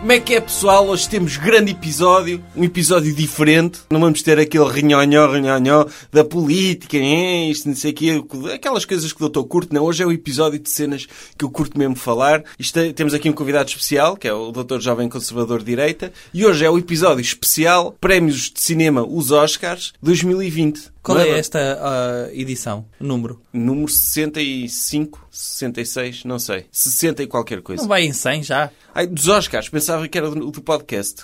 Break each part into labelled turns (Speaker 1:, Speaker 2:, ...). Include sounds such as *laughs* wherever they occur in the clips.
Speaker 1: Como é que é, pessoal? Hoje temos grande episódio, um episódio diferente. Não vamos ter aquele rinhonhó, rinhonhó da política, hein, isto, não sei o quê, aquelas coisas que o doutor curte, não. Hoje é o episódio de cenas que eu curto mesmo falar. Isto é- temos aqui um convidado especial, que é o doutor Jovem Conservador de Direita, e hoje é o episódio especial Prémios de Cinema, os Oscars, 2020.
Speaker 2: Qual
Speaker 1: Não
Speaker 2: é
Speaker 1: Bruno?
Speaker 2: esta ah, edição? Número?
Speaker 1: Número 65, 66, não sei. 60 e qualquer coisa.
Speaker 2: Não vai em 100 já?
Speaker 1: Ai, dos Oscars, pensava que era do, do podcast.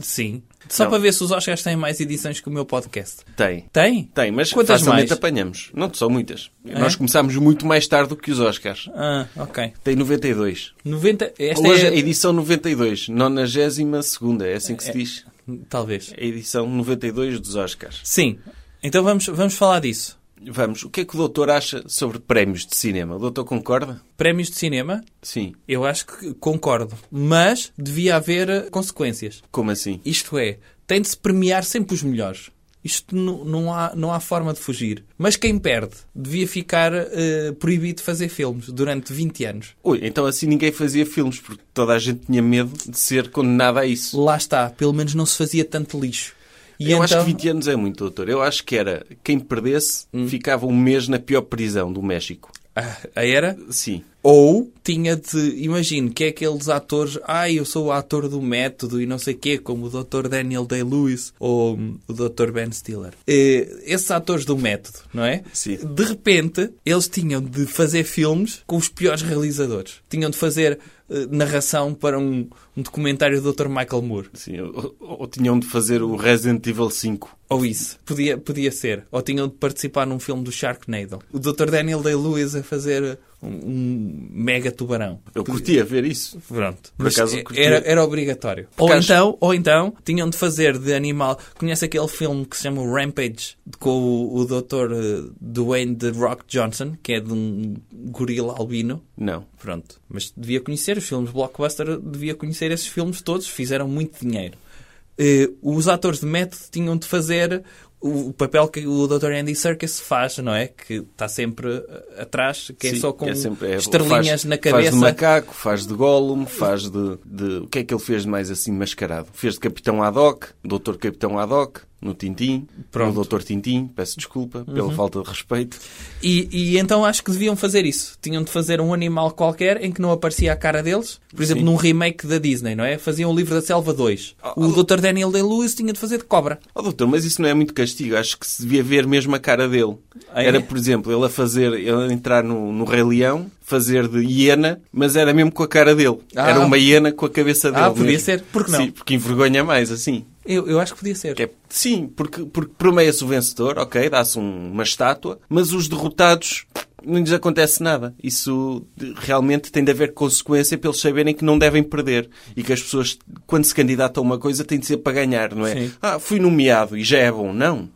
Speaker 2: Sim. Só
Speaker 1: Não.
Speaker 2: para ver se os Oscars têm mais edições que o meu podcast.
Speaker 1: Tem.
Speaker 2: Tem?
Speaker 1: Tem, mas
Speaker 2: Quantas
Speaker 1: facilmente
Speaker 2: mais? É?
Speaker 1: apanhamos. Não são muitas. Nós começámos muito mais tarde do que os Oscars.
Speaker 2: Ah, ok.
Speaker 1: Tem 92.
Speaker 2: 90... Esta
Speaker 1: Hoje é a
Speaker 2: é...
Speaker 1: edição 92, 92, é assim que se diz.
Speaker 2: Talvez.
Speaker 1: A edição 92 dos Oscars.
Speaker 2: Sim. Então vamos, vamos falar disso.
Speaker 1: Vamos, o que é que o doutor acha sobre prémios de cinema? O doutor concorda?
Speaker 2: Prémios de cinema,
Speaker 1: Sim.
Speaker 2: eu acho que concordo. Mas devia haver ah, consequências.
Speaker 1: Como assim?
Speaker 2: Isto é, tem de se premiar sempre os melhores. Isto nu- não há, não há forma de fugir. Mas quem perde devia ficar ah, proibido de fazer filmes durante 20 anos.
Speaker 1: Ui, então assim ninguém fazia filmes, porque toda a gente tinha medo de ser condenada a isso.
Speaker 2: Lá está, pelo menos não se fazia tanto lixo. E
Speaker 1: eu acho
Speaker 2: então-
Speaker 1: que 20 anos é muito, doutor. Eu acho que era quem perdesse
Speaker 2: Hum.
Speaker 1: ficava um mês na pior prisão do México.
Speaker 2: Ah, era?
Speaker 1: Sim.
Speaker 2: Ou tinha de. Imagino que é aqueles atores. Ai, eu sou o ator do método e não sei quê, como o Dr. Daniel Day-Lewis ou hum, o Dr. Ben Stiller. Eh, esses atores do método, não é?
Speaker 1: Sim.
Speaker 2: De repente, eles tinham de fazer filmes com os piores realizadores. Tinham de fazer eh, narração para um, um documentário do Dr. Michael Moore.
Speaker 1: Sim, ou, ou- ou tinham de fazer o Resident Evil 5.
Speaker 2: Ou isso. Podia, podia ser. Ou tinham de participar num filme do Sharknado. O Dr. Daniel Day-Lewis a fazer um, um mega tubarão.
Speaker 1: Eu curtia ver isso.
Speaker 2: Pronto.
Speaker 1: Por
Speaker 2: Mas
Speaker 1: acaso,
Speaker 2: é-
Speaker 1: curtia.
Speaker 2: era, era obrigatório. Ou
Speaker 1: acaso-
Speaker 2: então, ou então, tinham de fazer de animal... Conhece aquele filme que se chama Rampage? Com o, o Dr. eh, Dwayne The Rock Johnson, que é de um gorila albino.
Speaker 1: Não.
Speaker 2: Pronto. Mas devia conhecer os filmes blockbuster, devia conhecer esses filmes todos, fizeram muito dinheiro. Eh, os atores de método tinham de fazer o, o papel que o Dr. Andy Serkis faz, não é? Que está sempre eh, atrás, que é
Speaker 1: Sim,
Speaker 2: só com
Speaker 1: sempre- é,
Speaker 2: estrelinhas
Speaker 1: faz-
Speaker 2: na
Speaker 1: Faz de
Speaker 2: cabeça.
Speaker 1: macaco, faz de Gollum, faz de, de- O que é que ele fez de mais assim mascarado? Fez de Capitão Haddock, Doutor Capitão Haddock, no Tintim,
Speaker 2: Pronto. Uhum.
Speaker 1: no Doutor Tintim, peço desculpa pela falta de respeito.
Speaker 2: E, e então acho que deviam fazer isso. Tinham de fazer um animal qualquer em que não aparecia a cara deles. Por exemplo,
Speaker 1: Sim. Ah,
Speaker 2: num remake da Disney, não é? Faziam o Livro da Selva 2. O Dr. Daniel Day-Lewis tinha de fazer de cobra.
Speaker 1: Oh, doutor, mas isso não é muito castigo. Acho que se devia ver mesmo a cara dele.
Speaker 2: Ah, é?
Speaker 1: Era, por exemplo, ele a fazer, ele a entrar no, no Rei Leão, fazer de hiena, mas era mesmo com a cara dele.
Speaker 2: Ah.
Speaker 1: Era uma hiena com a cabeça dele.
Speaker 2: Ah, podia
Speaker 1: mesmo.
Speaker 2: ser. Por que não?
Speaker 1: Sim, porque envergonha mais, assim.
Speaker 2: Eu, eu acho que podia ser.
Speaker 1: Que é- sim, porque, porque permeia-se o vencedor, ok, dá-se um- uma estátua, mas os derrotados não lhes acontece nada. Isso de- realmente tem de haver consequência para eles saberem que não devem perder e que as pessoas, quando se candidatam a uma coisa, têm de ser para ganhar, não é?
Speaker 2: Sim.
Speaker 1: Ah, fui nomeado e já é bom. Não,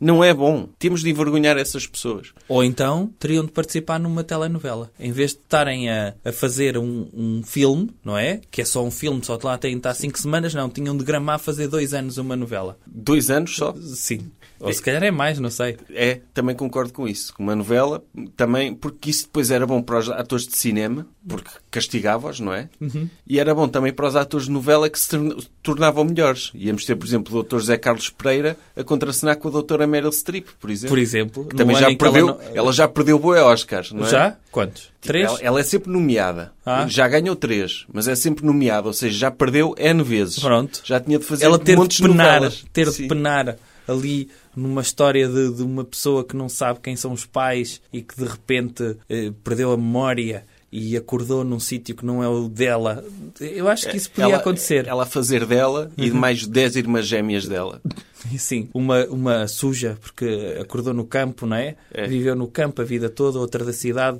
Speaker 1: não é bom. Temos de envergonhar essas pessoas.
Speaker 2: Ou então teriam de participar numa telenovela. Em vez de estarem a, a fazer um, um filme, não é? Que é só um filme, só de lá têm de estar 5 semanas, não. Tinham de gramar fazer 2 anos uma novela.
Speaker 1: Dois anos só.
Speaker 2: Sim. Ou se calhar é mais, não sei.
Speaker 1: É, também concordo com isso. Uma novela, também, porque isso depois era bom para os atores de cinema, porque castigava-os, não é?
Speaker 2: Uhum.
Speaker 1: E era bom também para os atores de novela que se torna- tornavam melhores. Íamos ter, por exemplo, o Dr. José Carlos Pereira a contracenar com a Doutora Meryl Streep, por exemplo.
Speaker 2: Por exemplo,
Speaker 1: Que
Speaker 2: no
Speaker 1: também
Speaker 2: ano
Speaker 1: já
Speaker 2: em que ela
Speaker 1: perdeu, ela,
Speaker 2: não-
Speaker 1: já perdeu boa Oscars, não é?
Speaker 2: Já? Quantos?
Speaker 1: Tipo,
Speaker 2: Três?
Speaker 1: Ela, ela é sempre nomeada.
Speaker 2: Ah.
Speaker 1: Já ganhou três, mas é sempre nomeada, ou seja, já perdeu N vezes.
Speaker 2: Pronto.
Speaker 1: Já tinha de fazer
Speaker 2: ela ter
Speaker 1: montes
Speaker 2: de penar,
Speaker 1: novelas.
Speaker 2: ter de
Speaker 1: Sim.
Speaker 2: penar ali numa história de, de uma pessoa que não sabe quem são os pais e que de repente eh, perdeu a memória e acordou num sítio que não é o dela. Eu acho que isso podia
Speaker 1: Ela-
Speaker 2: acontecer. Uhum.
Speaker 1: Ela fazer dela e de mais 10 irmãs gêmeas dela.
Speaker 2: Sim, uma, uma suja, porque acordou no campo, não é?
Speaker 1: É.
Speaker 2: Viveu no campo a vida toda, outra da cidade,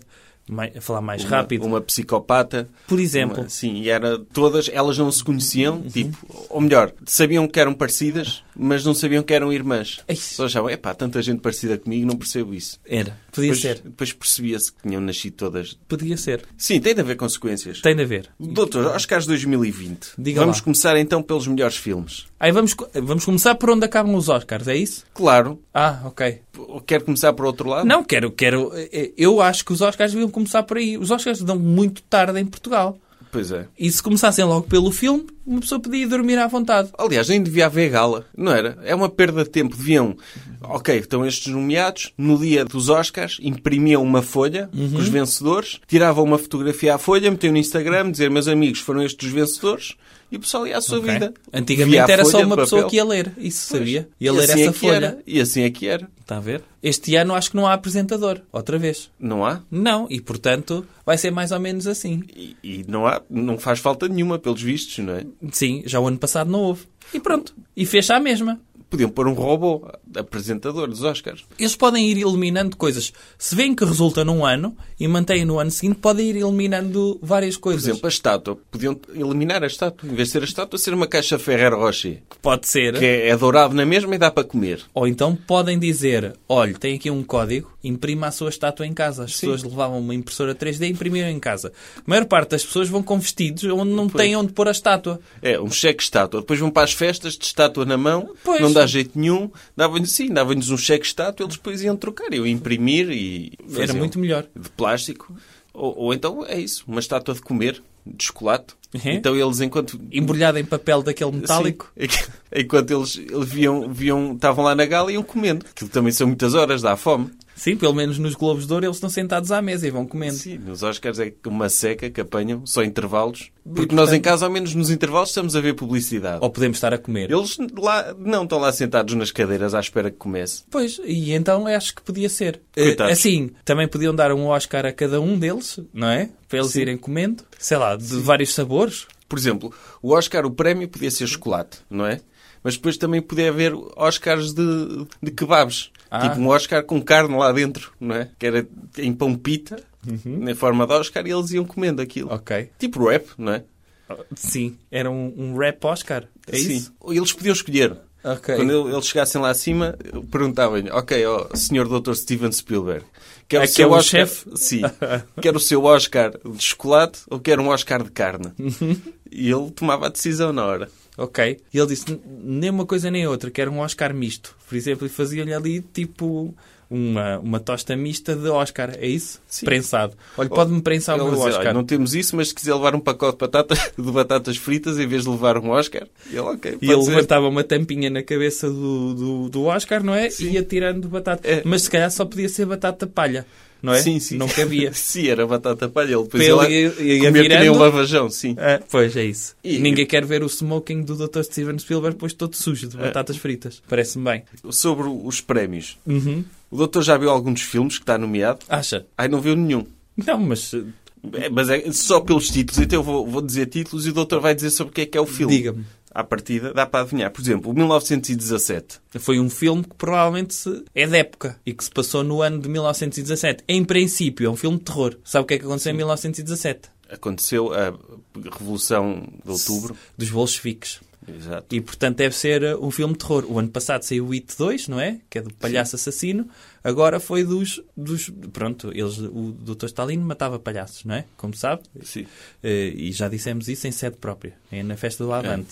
Speaker 2: mai- a falar mais
Speaker 1: Uma-
Speaker 2: rápido.
Speaker 1: Uma psicopata.
Speaker 2: Por exemplo. Uhum.
Speaker 1: Uma- sim, e era todas, elas não se conheciam, tipo, ou melhor, sabiam que eram parecidas, mas não sabiam que eram irmãs.
Speaker 2: Ei.
Speaker 1: Só achavam, epá, tanta gente parecida comigo, não percebo isso.
Speaker 2: Era. Podia
Speaker 1: depois,
Speaker 2: ser.
Speaker 1: Depois percebia-se que tinham nascido todas.
Speaker 2: Podia ser.
Speaker 1: Sim, tem de haver consequências.
Speaker 2: Tem de haver.
Speaker 1: Doutor, Oscars 2020.
Speaker 2: Diga
Speaker 1: Vamos
Speaker 2: lá.
Speaker 1: começar então pelos melhores filmes.
Speaker 2: Aí vamos, co- vamos começar por onde acabam os Oscars, é isso?
Speaker 1: Claro.
Speaker 2: Ah, ok.
Speaker 1: P- Quer começar por outro lado?
Speaker 2: Não, quero, quero. eh, Eu acho que os Oscars deviam começar por aí. Os Oscars dão muito tarde em Portugal.
Speaker 1: Pois é.
Speaker 2: E se começassem logo pelo filme, uma pessoa podia ir dormir à vontade.
Speaker 1: Aliás, nem devia haver gala, não era? É uma perda de tempo. Deviam, ok, estão estes nomeados, no dia dos Oscars, imprimiam uma folha com
Speaker 2: Uhum.
Speaker 1: os vencedores, tiravam uma fotografia à folha, metiam no Instagram, dizer, meus amigos, foram estes os vencedores, e o pessoal ia à sua
Speaker 2: Ok?
Speaker 1: vida. Via
Speaker 2: Antigamente
Speaker 1: a
Speaker 2: era só
Speaker 1: folha
Speaker 2: uma
Speaker 1: de
Speaker 2: pessoa
Speaker 1: papel.
Speaker 2: que ia ler. Isso sabia. Ia
Speaker 1: E
Speaker 2: ler
Speaker 1: assim
Speaker 2: essa
Speaker 1: é que
Speaker 2: folha.
Speaker 1: era. E assim é que era.
Speaker 2: Está a ver? Este ano acho que não há apresentador. Outra vez.
Speaker 1: Não há?
Speaker 2: Não. E portanto vai ser mais ou menos assim.
Speaker 1: E, e não há, não faz falta nenhuma, pelos vistos, não é?
Speaker 2: Sim, já o ano passado não houve. E pronto. E fecha a mesma.
Speaker 1: Podiam pôr um robô apresentador dos Oscars.
Speaker 2: Eles podem ir eliminando coisas. Se veem que resulta num ano e mantêm no ano seguinte, podem ir eliminando várias
Speaker 1: Por
Speaker 2: coisas.
Speaker 1: exemplo, a estátua. Podiam eliminar a estátua. Em vez de ser a estátua, ser uma caixa Ferrero Rocher.
Speaker 2: Pode ser.
Speaker 1: Que é, é dourado na mesma e dá para comer.
Speaker 2: Ou então podem dizer, olha, tem aqui um código, imprima a sua estátua em casa. As pessoas levavam uma impressora 3D e imprimiam em casa. A maior parte das pessoas vão com vestidos onde não têm onde pôr a estátua.
Speaker 1: É, um cheque estátua. Depois vão para as festas de estátua na mão,
Speaker 2: Pois.
Speaker 1: não dá jeito nenhum. Davam-lhes, sim, davam-lhes um cheque estátua, eles depois iam trocar, iam imprimir e.
Speaker 2: Era
Speaker 1: faziam
Speaker 2: muito melhor.
Speaker 1: De plástico. Ou, ou então é isso, uma estátua de comer, de chocolate.
Speaker 2: Uhum.
Speaker 1: Então eles, enquanto.
Speaker 2: Embrulhada em papel
Speaker 1: *laughs*
Speaker 2: daquele metálico.
Speaker 1: Sim. enquanto eles, eles viam, viam, estavam lá na gala e iam comendo. Aquilo também são muitas horas, dá fome.
Speaker 2: Sim. pelo menos nos Globos de Ouro eles estão sentados à mesa e vão comendo.
Speaker 1: Sim, nos Oscars é uma seca que apanham, só intervalos. Porque
Speaker 2: portanto-
Speaker 1: nós em casa, ao menos nos intervalos, estamos a ver publicidade.
Speaker 2: Ou podemos estar a comer.
Speaker 1: Eles lá não estão lá sentados nas cadeiras à espera que comece.
Speaker 2: Pois, e então acho que podia ser.
Speaker 1: Coitados.
Speaker 2: Eh, Assim, também podiam dar um Oscar a cada um deles, não é? Para eles irem comendo, sei lá, de vários sabores.
Speaker 1: Por exemplo, o Oscar, o prémio podia ser chocolate, não é? Mas depois também podia haver Oscars de, de kebabs.
Speaker 2: Ah.
Speaker 1: Tipo um Oscar com carne lá dentro, não é? Que era em pão pita, na forma de Oscar, e eles iam comendo aquilo.
Speaker 2: Uhum. Ok.
Speaker 1: Tipo rap, não é?
Speaker 2: Sim, era um, um rap Oscar. É
Speaker 1: Sim.
Speaker 2: isso?
Speaker 1: Eles podiam escolher.
Speaker 2: Ok.
Speaker 1: Quando ele- eles chegassem lá acima, perguntavam-lhe: Ok, ó, senhor Dr. Steven Spielberg, quer
Speaker 2: É
Speaker 1: o
Speaker 2: que
Speaker 1: seu
Speaker 2: é o
Speaker 1: Oscar?
Speaker 2: chefe?
Speaker 1: Sim. *laughs* quer o seu Oscar de chocolate ou quer um Oscar de carne?
Speaker 2: Uhum.
Speaker 1: e ele tomava a decisão na hora.
Speaker 2: Ok. E ele disse "N- nem uma coisa nem outra, que era um Oscar misto. Por exemplo, e fazia-lhe ali tipo uma, uma tosta mista de Oscar. É isso?
Speaker 1: Sim.
Speaker 2: Prensado. Olha, pode-me prensar o
Speaker 1: Ele
Speaker 2: meu
Speaker 1: dizia,
Speaker 2: Oscar.
Speaker 1: "Olha, não temos isso, mas se quiser levar um pacote de batatas, *laughs* de batatas fritas em vez de levar um Oscar, ele, ok.
Speaker 2: E
Speaker 1: pode
Speaker 2: ele
Speaker 1: ser."
Speaker 2: levantava uma tampinha na cabeça do, do, do Oscar, não é? E ia tirando batata.
Speaker 1: É.
Speaker 2: Mas se calhar só podia ser batata palha, não é?
Speaker 1: Sim, sim. *laughs*
Speaker 2: Não cabia.
Speaker 1: sim, era batata palha. Ele depois
Speaker 2: Ele
Speaker 1: ia lá
Speaker 2: ia- ia
Speaker 1: comer que nem
Speaker 2: virando.
Speaker 1: um lavajão, sim.
Speaker 2: Ah, *laughs* pois é isso.
Speaker 1: E-
Speaker 2: Ninguém quer ver o smoking do Dr. Steven Spielberg depois todo sujo
Speaker 1: É.
Speaker 2: de batatas fritas. Parece-me bem.
Speaker 1: Sobre os prémios. O doutor já viu alguns filmes que está nomeado?
Speaker 2: Acha?
Speaker 1: Ai, não viu nenhum.
Speaker 2: Não, mas eh,
Speaker 1: É, mas é só pelos títulos. Então eu vou, vou dizer títulos e o doutor vai dizer sobre o que é que é o filme.
Speaker 2: Diga-me.
Speaker 1: À partida, dá para adivinhar. Por exemplo, o 1917.
Speaker 2: foi um filme que provavelmente se- é de época e que se passou no ano de 1917. Em princípio, é um filme de terror. Sabe o que é que aconteceu em 1917?
Speaker 1: Aconteceu a Revolução de Outubro.
Speaker 2: Dos bolcheviques.
Speaker 1: Exato.
Speaker 2: E, portanto, deve ser uh, um filme de terror. O ano passado saiu o It 2, não é? Que é do palhaço assassino. Agora foi dos... dos pronto, eles, o Dr. Stalin matava palhaços, não é? Como sabe.
Speaker 1: Sim.
Speaker 2: Eh, e já dissemos isso em sede própria. É na festa do Avante.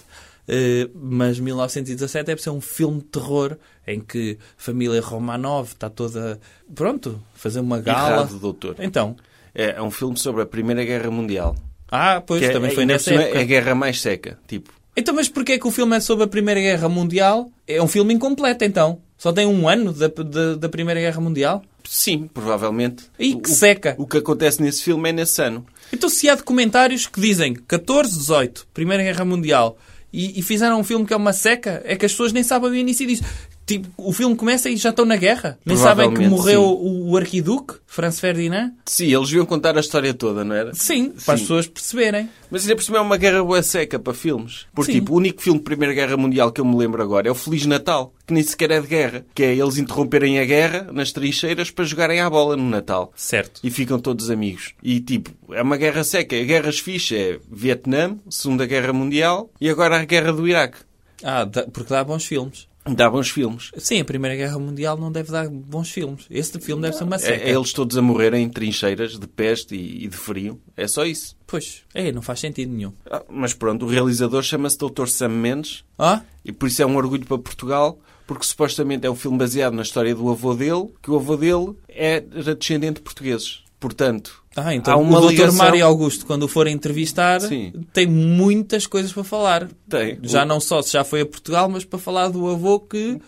Speaker 1: É.
Speaker 2: Eh, mas 1917 deve ser um filme de terror em que a família Romanov está toda... Pronto, fazer uma gala.
Speaker 1: Errado, doutor.
Speaker 2: Então...
Speaker 1: É, é um filme sobre a Primeira Guerra Mundial.
Speaker 2: Ah, pois,
Speaker 1: é-
Speaker 2: também
Speaker 1: é-
Speaker 2: foi
Speaker 1: ainda
Speaker 2: nessa
Speaker 1: por cima,
Speaker 2: época.
Speaker 1: É a guerra mais seca. Tipo,
Speaker 2: Então, mas porquê é que o filme é sobre a Primeira Guerra Mundial? É um filme incompleto, então. Só tem um ano da, da, da Primeira Guerra Mundial.
Speaker 1: sim, provavelmente.
Speaker 2: Ih,
Speaker 1: O-
Speaker 2: que seca!
Speaker 1: O, o que acontece nesse filme é nesse ano.
Speaker 2: Então, se há documentários que dizem 14, 18, Primeira Guerra Mundial, e, e fizeram um filme que é uma seca, é que as pessoas nem sabem o início disso. Tipo, o filme começa e já estão na guerra. Nem sabem que
Speaker 1: Provavelmente,
Speaker 2: morreu
Speaker 1: sim.
Speaker 2: o, o arquiduque, Franz Ferdinand.
Speaker 1: Sim, eles iam contar a história toda, não era?
Speaker 2: Sim, para as
Speaker 1: Sim.
Speaker 2: pessoas perceberem.
Speaker 1: Mas ainda por cima é uma guerra boa seca para filmes. Porque,
Speaker 2: Sim.
Speaker 1: tipo, o único filme de Primeira Guerra Mundial que eu me lembro agora é o Feliz Natal, que nem sequer é de guerra. Que é eles interromperem a guerra nas trincheiras para jogarem à bola no Natal.
Speaker 2: Certo.
Speaker 1: E ficam todos amigos. E, tipo, é uma guerra seca. Guerras fixe é Vietnã, Segunda Guerra Mundial e agora a guerra do Iraque.
Speaker 2: Ah, dá- porque dá bons filmes.
Speaker 1: Dá bons filmes.
Speaker 2: Sim, a Primeira Guerra Mundial não deve dar bons filmes. Este filme deve ser uma seca.
Speaker 1: É, é eles todos a morrerem em trincheiras de peste e, e de frio. É só isso.
Speaker 2: Pois, é, não faz sentido nenhum.
Speaker 1: Ah, mas pronto, o realizador chama-se Dr. Sam Mendes
Speaker 2: Ah?
Speaker 1: e por isso é um orgulho para Portugal, porque supostamente é um filme baseado na história do avô dele, que o avô dele era descendente de portugueses. Portanto,
Speaker 2: Ah, então
Speaker 1: Há uma
Speaker 2: o Dr.
Speaker 1: ligação-
Speaker 2: Mário Augusto, quando o for entrevistar,
Speaker 1: Sim.
Speaker 2: tem muitas coisas para falar.
Speaker 1: tem.
Speaker 2: Já não só se já foi a Portugal, mas para falar do avô que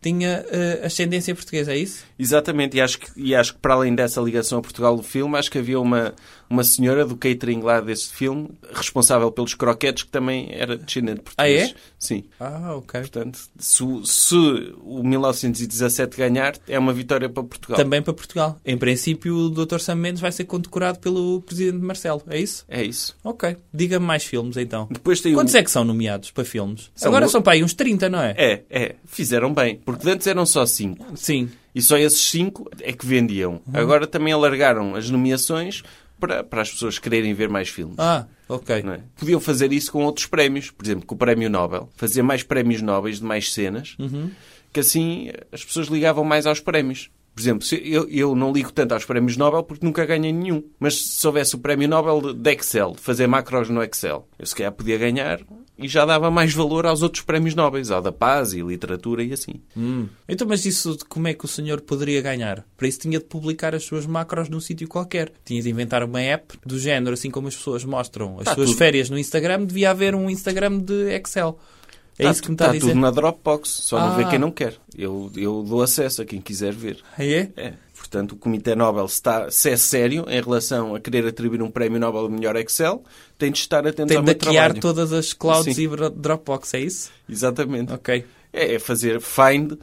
Speaker 2: tinha eh, ascendência portuguesa, é isso?
Speaker 1: Exatamente, e acho, que, e acho que para além dessa ligação a Portugal do filme, acho que havia uma, uma senhora do catering lá desse filme, responsável pelos croquetes, que também era descendente de português.
Speaker 2: Ah, é?
Speaker 1: Sim.
Speaker 2: Ah, ok.
Speaker 1: Portanto, se, o- se o 1917 ganhar, é uma vitória para Portugal.
Speaker 2: Também para Portugal. Em princípio, o Dr. Sam Mendes vai ser condecorado pelo Presidente Marcelo, é isso?
Speaker 1: É isso.
Speaker 2: Ok. Diga-me mais filmes, então.
Speaker 1: Depois tem
Speaker 2: Quantos
Speaker 1: o...
Speaker 2: é que são nomeados para filmes?
Speaker 1: São
Speaker 2: Agora
Speaker 1: o-
Speaker 2: são para aí uns 30, não é?
Speaker 1: É, é. Fizeram bem. Porque antes eram só cinco.
Speaker 2: Sim.
Speaker 1: E só esses cinco é que vendiam.
Speaker 2: Uhum.
Speaker 1: Agora também alargaram as nomeações para, para as pessoas quererem ver mais filmes.
Speaker 2: Ah, ok.
Speaker 1: não é? Podiam fazer isso com outros prémios, por exemplo, com o Prémio Nobel. Fazer mais prémios nobres de mais cenas,
Speaker 2: Uhum.
Speaker 1: que assim as pessoas ligavam mais aos prémios. Por exemplo, se- eu, eu não ligo tanto aos prémios Nobel porque nunca ganhei nenhum. Mas se houvesse o prémio Nobel de- de Excel, de fazer macros no Excel, eu se calhar podia ganhar e já dava mais valor aos outros prémios Nobel, ao da Paz e Literatura e assim.
Speaker 2: Hum. Então, mas isso de como é que o senhor poderia ganhar? Para isso tinha de publicar as suas macros num sítio qualquer. Tinha de inventar uma app do género, assim como as pessoas mostram as
Speaker 1: Tá
Speaker 2: suas
Speaker 1: tudo.
Speaker 2: férias no Instagram, devia haver um Instagram de Excel. É
Speaker 1: Tá
Speaker 2: isso que me
Speaker 1: tu-
Speaker 2: está a
Speaker 1: tá
Speaker 2: dizer.
Speaker 1: tudo na Dropbox, só não vê
Speaker 2: Ah.
Speaker 1: quem não quer. Eu, eu dou acesso a quem quiser ver.
Speaker 2: É?
Speaker 1: É. Portanto, o Comitê Nobel, se, está, se é sério em relação a querer atribuir um prémio Nobel de melhor Excel, tem de estar atento
Speaker 2: Tem
Speaker 1: ao
Speaker 2: de
Speaker 1: meu
Speaker 2: hackear
Speaker 1: trabalho.
Speaker 2: todas as clouds
Speaker 1: Sim.
Speaker 2: e bro- Dropbox, é isso?
Speaker 1: Exatamente.
Speaker 2: Ok.
Speaker 1: É, é fazer find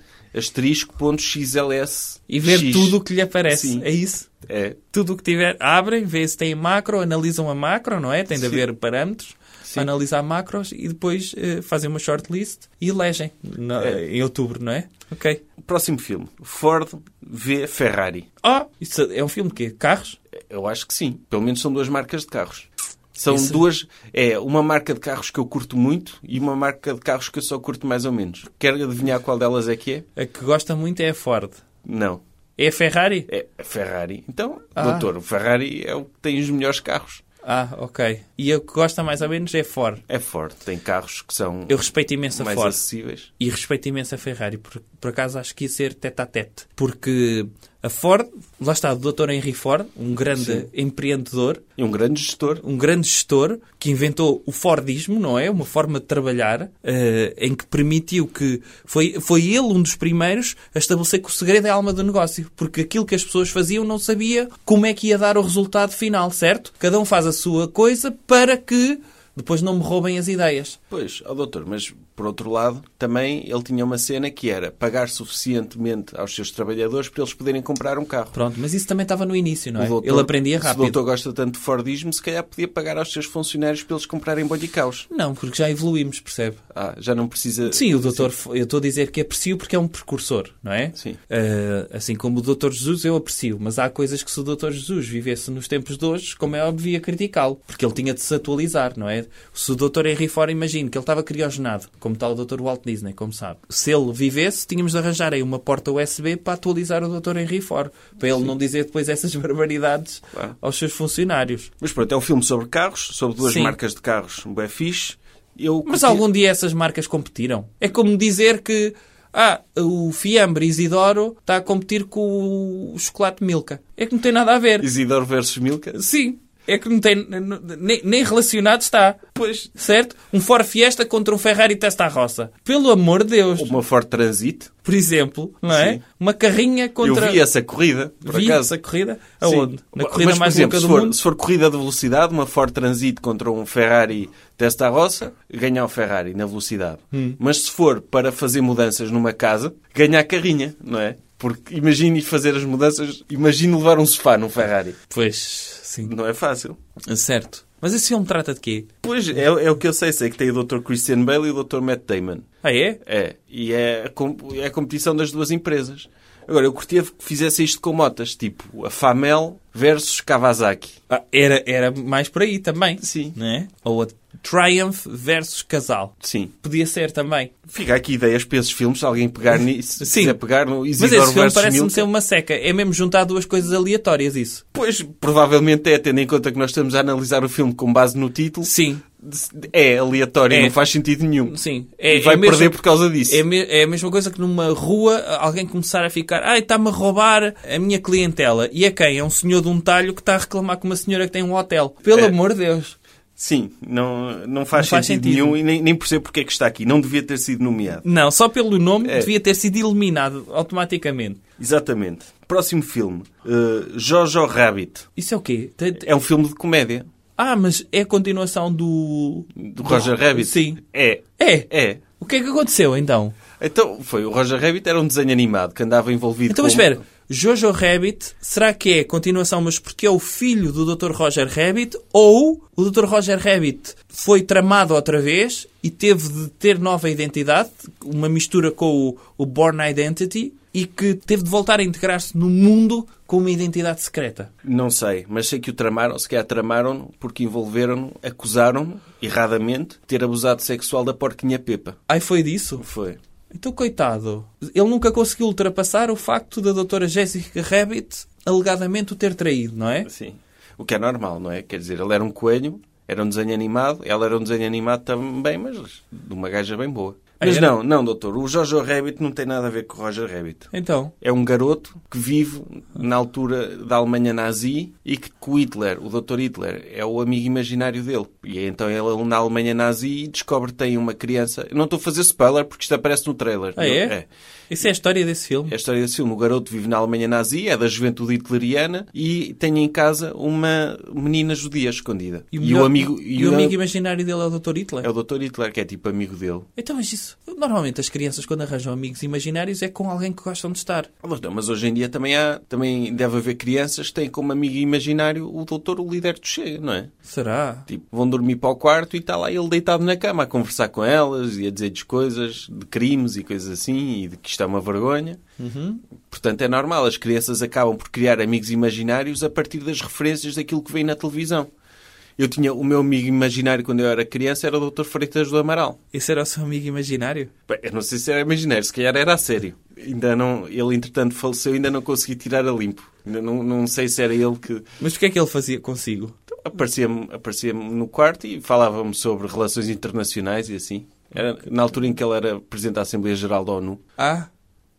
Speaker 1: asterisco.xls.
Speaker 2: E ver
Speaker 1: X.
Speaker 2: tudo o que lhe aparece,
Speaker 1: Sim.
Speaker 2: é isso?
Speaker 1: É.
Speaker 2: Tudo o que tiver, abrem, vê se tem macro, analisam a macro, não é? Tem de
Speaker 1: Sim.
Speaker 2: haver parâmetros,
Speaker 1: Sim.
Speaker 2: analisar macros e depois eh, fazem uma shortlist e elegem no-
Speaker 1: É.
Speaker 2: em outubro, não é? Ok.
Speaker 1: Próximo filme. Ford v Ferrari.
Speaker 2: Oh, isso é um filme de quê? Carros?
Speaker 1: Eu acho que sim. Pelo menos são duas marcas de carros. São
Speaker 2: Isso-
Speaker 1: duas. É uma marca de carros que eu curto muito e uma marca de carros que eu só curto mais ou menos. Quer adivinhar qual delas é que é?
Speaker 2: A que gosta muito é a Ford.
Speaker 1: Não.
Speaker 2: É a Ferrari?
Speaker 1: É a Ferrari. Então,
Speaker 2: Ah.
Speaker 1: doutor, o Ferrari é o que tem os melhores carros.
Speaker 2: Ah, ok. E a que gosta mais ou menos é a Ford.
Speaker 1: É Ford. Tem carros que são
Speaker 2: Eu respeito imenso a
Speaker 1: mais
Speaker 2: Ford.
Speaker 1: acessíveis.
Speaker 2: E respeito imenso a Ferrari, por, por acaso acho que ia ser tete a tete. Porque a Ford, lá está o Dr. Henry Ford, um grande
Speaker 1: Sim.
Speaker 2: empreendedor,
Speaker 1: E um grande gestor.
Speaker 2: um grande gestor, que inventou o Fordismo, não é? Uma forma de trabalhar eh, em que permitiu que. Foi, foi ele um dos primeiros a estabelecer que o segredo é a alma do negócio. Porque aquilo que as pessoas faziam não sabia como é que ia dar o resultado final, certo? Cada um faz a sua coisa para que depois não me roubem as ideias.
Speaker 1: Pois, ó doutor, mas por outro lado, também ele tinha uma cena que era pagar suficientemente aos seus trabalhadores para eles poderem comprar um carro.
Speaker 2: Pronto, mas isso também estava no início, não é?
Speaker 1: O doutor-
Speaker 2: ele aprendia
Speaker 1: Se o
Speaker 2: rápido.
Speaker 1: doutor gosta tanto de Fordismo, se calhar podia pagar aos seus funcionários para eles comprarem boicaus.
Speaker 2: Não, porque já evoluímos, percebe?
Speaker 1: Ah, já não precisa.
Speaker 2: Sim, o doutor, eu estou a dizer que aprecio porque é um precursor, não é?
Speaker 1: Sim.
Speaker 2: Ah, assim como o doutor Jesus, eu aprecio, mas há coisas que se o doutor Jesus vivesse nos tempos de hoje, como é óbvio, ia criticá-lo, porque ele tinha de se atualizar, não é? Se o doutor Henry Ford, imagino que ele estava criogenado, como está o doutor Walt Disney, como sabe. Se ele vivesse, tínhamos de arranjar aí uma porta USB para atualizar o doutor Henry Ford, para ele não dizer depois essas *laughs* barbaridades
Speaker 1: Claro.
Speaker 2: aos seus funcionários.
Speaker 1: Mas pronto, é um filme sobre carros, sobre duas
Speaker 2: Sim.
Speaker 1: marcas de carros, um fixe. Eu
Speaker 2: Mas
Speaker 1: curti-
Speaker 2: algum dia essas marcas competiram. É como dizer que ah, o Fiambre Isidoro está a competir com o chocolate Milka. É que não tem nada a ver.
Speaker 1: Isidoro versus Milka.
Speaker 2: Sim, é que não tem. n- n- Nem, nem relacionado está. Pois. Certo? Um Ford Fiesta contra um Ferrari Testarossa. Pelo amor de Deus.
Speaker 1: Uma Ford Transit.
Speaker 2: Por exemplo, não é?
Speaker 1: Sim.
Speaker 2: Uma carrinha contra.
Speaker 1: Eu vi essa corrida, por
Speaker 2: Vi
Speaker 1: acaso.
Speaker 2: essa corrida?
Speaker 1: Sim.
Speaker 2: Aonde? Na corrida
Speaker 1: Mas, por
Speaker 2: mais
Speaker 1: exemplo,
Speaker 2: louca do
Speaker 1: se for,
Speaker 2: mundo?
Speaker 1: se for corrida de velocidade, uma Ford Transit contra um Ferrari Testarossa, ganhar o Ferrari na velocidade.
Speaker 2: Hum.
Speaker 1: Mas se for para fazer mudanças numa casa, ganhar a carrinha, não é? Porque imagine fazer as mudanças, imagine levar um sofá num Ferrari.
Speaker 2: Pois, sim.
Speaker 1: Não é fácil.
Speaker 2: Certo. Mas esse filme trata de quê?
Speaker 1: Pois, é, é o que eu sei. Sei que tem o Dr. Christian Bale e o Dr. Matt Damon.
Speaker 2: Ah, é?
Speaker 1: É, e é a, com- é a competição das duas empresas. Agora, eu curtia que fizesse isto com motas, tipo a Famel versus Kawasaki.
Speaker 2: Ah, era, era mais por aí também.
Speaker 1: Sim.
Speaker 2: Né? Ou a Triumph versus Casal.
Speaker 1: Sim.
Speaker 2: Podia ser também.
Speaker 1: Fica aqui ideias para esses filmes, se alguém
Speaker 2: *laughs*
Speaker 1: pegar nisso. Se
Speaker 2: Sim.
Speaker 1: quiser pegar no
Speaker 2: Mas
Speaker 1: Isidoro
Speaker 2: esse filme
Speaker 1: versus
Speaker 2: parece-me
Speaker 1: Milka.
Speaker 2: ser uma seca. É mesmo juntar duas coisas aleatórias, isso.
Speaker 1: Pois, provavelmente é, tendo em conta que nós estamos a analisar o filme com base no título.
Speaker 2: Sim,
Speaker 1: É aleatório,
Speaker 2: É.
Speaker 1: não faz sentido nenhum.
Speaker 2: sim. É,
Speaker 1: e vai
Speaker 2: é mesmo-
Speaker 1: perder por causa disso.
Speaker 2: É, me- é a mesma coisa que numa rua alguém começar a ficar, ai, está-me a roubar a minha clientela. E é quem? É um senhor de um talho que está a reclamar com uma senhora que tem um hotel. Pelo
Speaker 1: É.
Speaker 2: amor de Deus.
Speaker 1: Sim, não, não, faz,
Speaker 2: Não
Speaker 1: sentido
Speaker 2: faz sentido.
Speaker 1: nenhum e nem, nem percebo porque é que está aqui. Não devia ter sido nomeado.
Speaker 2: Não, só pelo nome
Speaker 1: É.
Speaker 2: devia ter sido eliminado automaticamente.
Speaker 1: Exatamente. Próximo filme. eh, Jojo Rabbit.
Speaker 2: Isso é o quê? Te- te-
Speaker 1: É um filme de comédia.
Speaker 2: Ah, mas é a continuação do.
Speaker 1: Do Roger Rabbit.
Speaker 2: Sim.
Speaker 1: É.
Speaker 2: É.
Speaker 1: É.
Speaker 2: O que é que aconteceu então?
Speaker 1: Então, foi. O Roger Rabbit era um desenho animado que andava envolvido
Speaker 2: Então,
Speaker 1: com...
Speaker 2: mas espera. Jojo Rabbit, será que é a continuação, mas porque é o filho do Dr. Roger Rabbit? Ou o Dr. Roger Rabbit foi tramado outra vez e teve de ter nova identidade, uma mistura com o, o Born Identity, e que teve de voltar a integrar-se no mundo com uma identidade secreta?
Speaker 1: Não sei, mas sei que o tramaram, se calhar tramaram porque envolveram-no, acusaram-no, erradamente, de ter abusado sexual da porquinha Pepa.
Speaker 2: Ai, foi disso?
Speaker 1: Foi.
Speaker 2: Então, coitado, ele nunca conseguiu ultrapassar o facto da Dra. Jessica Rabbit alegadamente o ter traído, não é?
Speaker 1: Sim. O que é normal, não é? Quer dizer, ele era um coelho, era um desenho animado, ela era um desenho animado também, mas de uma gaja bem boa.
Speaker 2: Ah,
Speaker 1: Mas
Speaker 2: era?
Speaker 1: não, não, doutor, o Jojo Rabbit não tem nada a ver com o Roger Rabbit.
Speaker 2: Então,
Speaker 1: É um garoto que vive na altura da Alemanha nazi e que o Hitler, o Dr. Hitler, é o amigo imaginário dele. E então ele na Alemanha nazi descobre que tem uma criança. Eu Não estou a fazer spoiler porque isto aparece no trailer.
Speaker 2: Ah, é?
Speaker 1: Não-
Speaker 2: isso é a história desse filme.
Speaker 1: É a história desse filme. O garoto vive na Alemanha nazi, é da juventude hitleriana e tem em casa uma menina judia escondida. E o,
Speaker 2: melhor-
Speaker 1: amigo,
Speaker 2: e o amigo imaginário dele é o Dr. Hitler.
Speaker 1: é o Dr. Hitler, que é tipo amigo dele.
Speaker 2: Então, mas isso. Normalmente as crianças, quando arranjam amigos imaginários, é com alguém que gostam de estar.
Speaker 1: Ah, Mas, não, mas hoje em dia também, há, também deve haver crianças que têm como amigo imaginário o doutor, o líder do Chega, não é?
Speaker 2: Será?
Speaker 1: Tipo, vão dormir para o quarto e está lá ele deitado na cama a conversar com elas e a dizer-lhes coisas de crimes e coisas assim e de que isto é uma vergonha. Portanto, é normal. As crianças acabam por criar amigos imaginários a partir das referências daquilo que vem na televisão. Eu tinha o meu amigo imaginário quando eu era criança era o Dr. Freitas do Amaral.
Speaker 2: Esse era o seu amigo imaginário?
Speaker 1: Bem, eu não sei se era imaginário, se calhar era a sério. Ainda não, ele entretanto faleceu, ainda não consegui tirar a limpo. Ainda não, não sei se era ele que
Speaker 2: Mas o que é que ele fazia consigo?
Speaker 1: aparecia-me aparecia no quarto e falava-me sobre relações internacionais e assim. Era na altura em que ele era presidente da Assembleia Geral da ONU.
Speaker 2: Ah,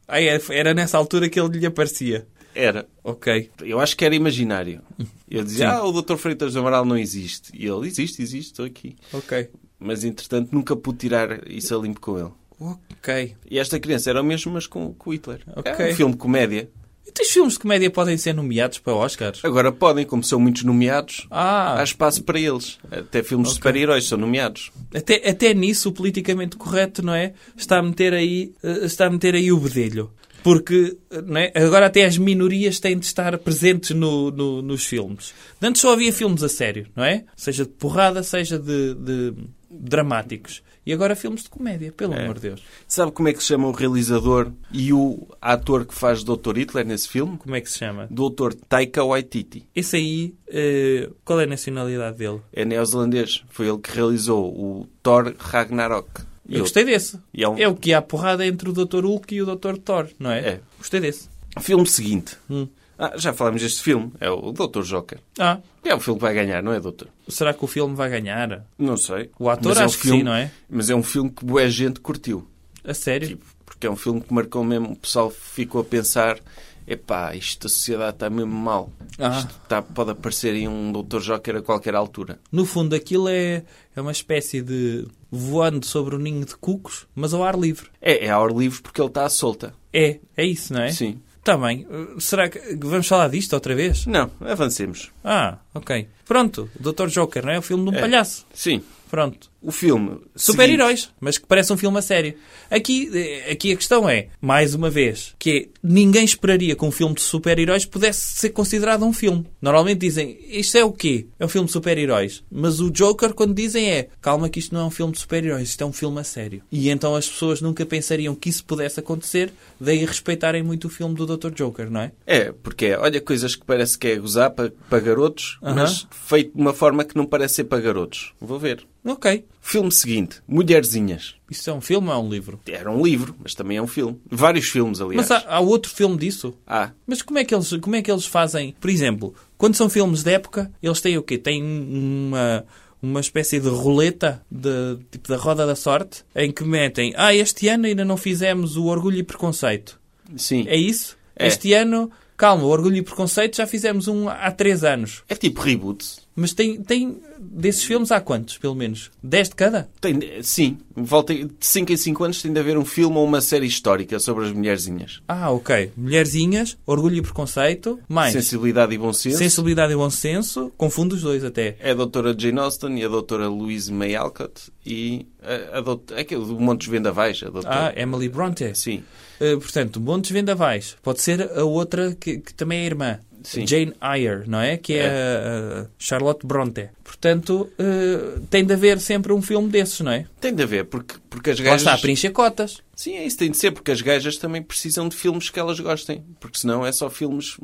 Speaker 2: ah é, era nessa altura que ele lhe aparecia.
Speaker 1: Era.
Speaker 2: Ok.
Speaker 1: Eu acho que era imaginário. Eu dizia,
Speaker 2: Sim.
Speaker 1: ah, o Dr. Freitas do Amaral não existe. E ele, existe, existe, estou aqui.
Speaker 2: Ok.
Speaker 1: Mas, entretanto, nunca pude tirar isso a limpo com ele.
Speaker 2: Ok.
Speaker 1: E esta criança era o mesmo, mas com, com Hitler.
Speaker 2: Ok.
Speaker 1: É um filme de comédia.
Speaker 2: Então os filmes de comédia podem ser nomeados para Oscars?
Speaker 1: Agora podem, como são muitos nomeados,
Speaker 2: Ah,
Speaker 1: há espaço para eles. Até filmes de super-heróis são nomeados.
Speaker 2: até, até nisso o politicamente correto, não é? Está a meter aí, eh, está a meter aí o bedelho. Porque eh, não é? agora até as minorias têm de estar presentes no- no- nos filmes. De Antes só havia filmes a sério, não é? Seja de porrada, seja de, de dramáticos. E agora filmes de comédia, pelo amor de Deus.
Speaker 1: Sabe como é que se chama o realizador e o ator que faz Dr. Hitler nesse filme?
Speaker 2: Como é que se chama?
Speaker 1: Dr. Taika Waititi.
Speaker 2: Esse aí, eh, qual é a nacionalidade dele?
Speaker 1: É neozelandês. Foi ele que realizou o Thor Ragnarok.
Speaker 2: Eu gostei desse.
Speaker 1: e é um-
Speaker 2: É o que há porrada entre o Dr. Hulk e o Dr. Thor, não é?
Speaker 1: É.
Speaker 2: Gostei desse.
Speaker 1: Filme seguinte.
Speaker 2: Hum.
Speaker 1: Ah, já falámos deste filme. É o Dr. Joker.
Speaker 2: Ah,
Speaker 1: É o filme que vai ganhar, não é, doutor?
Speaker 2: será que o filme vai ganhar?
Speaker 1: Não sei.
Speaker 2: O ator
Speaker 1: Mas é um
Speaker 2: acho que
Speaker 1: filme-
Speaker 2: sim, não é?
Speaker 1: Mas é um filme que boa gente curtiu.
Speaker 2: A sério?
Speaker 1: Tipo, porque é um filme que marcou mesmo. O pessoal ficou a pensar: epá, isto a sociedade está mesmo mal.
Speaker 2: Ah.
Speaker 1: Isto está- pode aparecer em um Dr. Joker a qualquer altura.
Speaker 2: No fundo, aquilo é, é uma espécie de voando sobre o ninho de cucos, mas ao ar livre.
Speaker 1: É, é ao ar livre porque ele está à solta.
Speaker 2: É, é isso, não é?
Speaker 1: Sim.
Speaker 2: Tá bem. Uh, Será que que vamos falar disto outra vez?
Speaker 1: Não, avancemos.
Speaker 2: Ah, ok. Pronto, o Dr. Joker, não é? O filme de um
Speaker 1: É.
Speaker 2: palhaço.
Speaker 1: Sim.
Speaker 2: Pronto.
Speaker 1: o filme.
Speaker 2: Super-heróis, mas que parece um filme a sério. Aqui, eh, aqui a questão é, mais uma vez, que é, ninguém esperaria que um filme de super-heróis pudesse ser considerado um filme. Normalmente dizem, isto é o quê? É um filme de super-heróis. Mas o Joker, quando dizem, é, calma que isto não é um filme de super-heróis, isto é um filme a sério. E então as pessoas nunca pensariam que isso pudesse acontecer, daí respeitarem muito o filme do Dr. Joker, não é?
Speaker 1: É, porque é, olha, coisas que parece que é gozar para, para garotos,
Speaker 2: Aham.
Speaker 1: mas feito de uma forma que não parece ser para garotos. Vou ver.
Speaker 2: Ok.
Speaker 1: Filme seguinte, Mulherzinhas.
Speaker 2: Isto é um filme ou é um livro?
Speaker 1: Era um livro, mas também é um filme. Vários filmes, aliás.
Speaker 2: Mas há, há outro filme disso?
Speaker 1: Ah,
Speaker 2: Mas como é que eles, como é que eles fazem? Por exemplo, quando são filmes de época, eles têm o quê? Têm um, uma uma espécie de roleta de, tipo da roda da sorte em que metem ah este ano ainda não fizemos o orgulho e preconceito
Speaker 1: sim.
Speaker 2: é isso
Speaker 1: É.
Speaker 2: este ano calma o orgulho e preconceito já fizemos um há três anos
Speaker 1: É tipo reboot.
Speaker 2: mas tem tem desses filmes há quantos pelo menos dez de cada
Speaker 1: Tem, sim, volta, de 5 em 5 anos tem de haver um filme ou uma série histórica sobre as mulherzinhas.
Speaker 2: ah ok mulherzinhas orgulho e preconceito mais
Speaker 1: Sensibilidade e bom senso.
Speaker 2: sensibilidade e bom senso confundo os dois até
Speaker 1: É a doutora Jane Austen e a doutora Louise May Alcott e a, a doutora, aquele do Montes Vendavais, a
Speaker 2: ah
Speaker 1: doutora.
Speaker 2: Emily Bronte
Speaker 1: Sim.
Speaker 2: Uh, portanto, Montes Vendavais. Pode ser a outra que, que também é irmã.
Speaker 1: Sim.
Speaker 2: Jane Eyre, não é? Que é, a- a Charlotte Bronte. Portanto, uh, tem de haver sempre um filme desses, não é?
Speaker 1: Tem de haver, porque, porque as
Speaker 2: Lá
Speaker 1: gajas...
Speaker 2: está, preencher cotas.
Speaker 1: Sim, é isso, tem de ser, porque as gajas também precisam de filmes que elas gostem. Porque senão é só filmes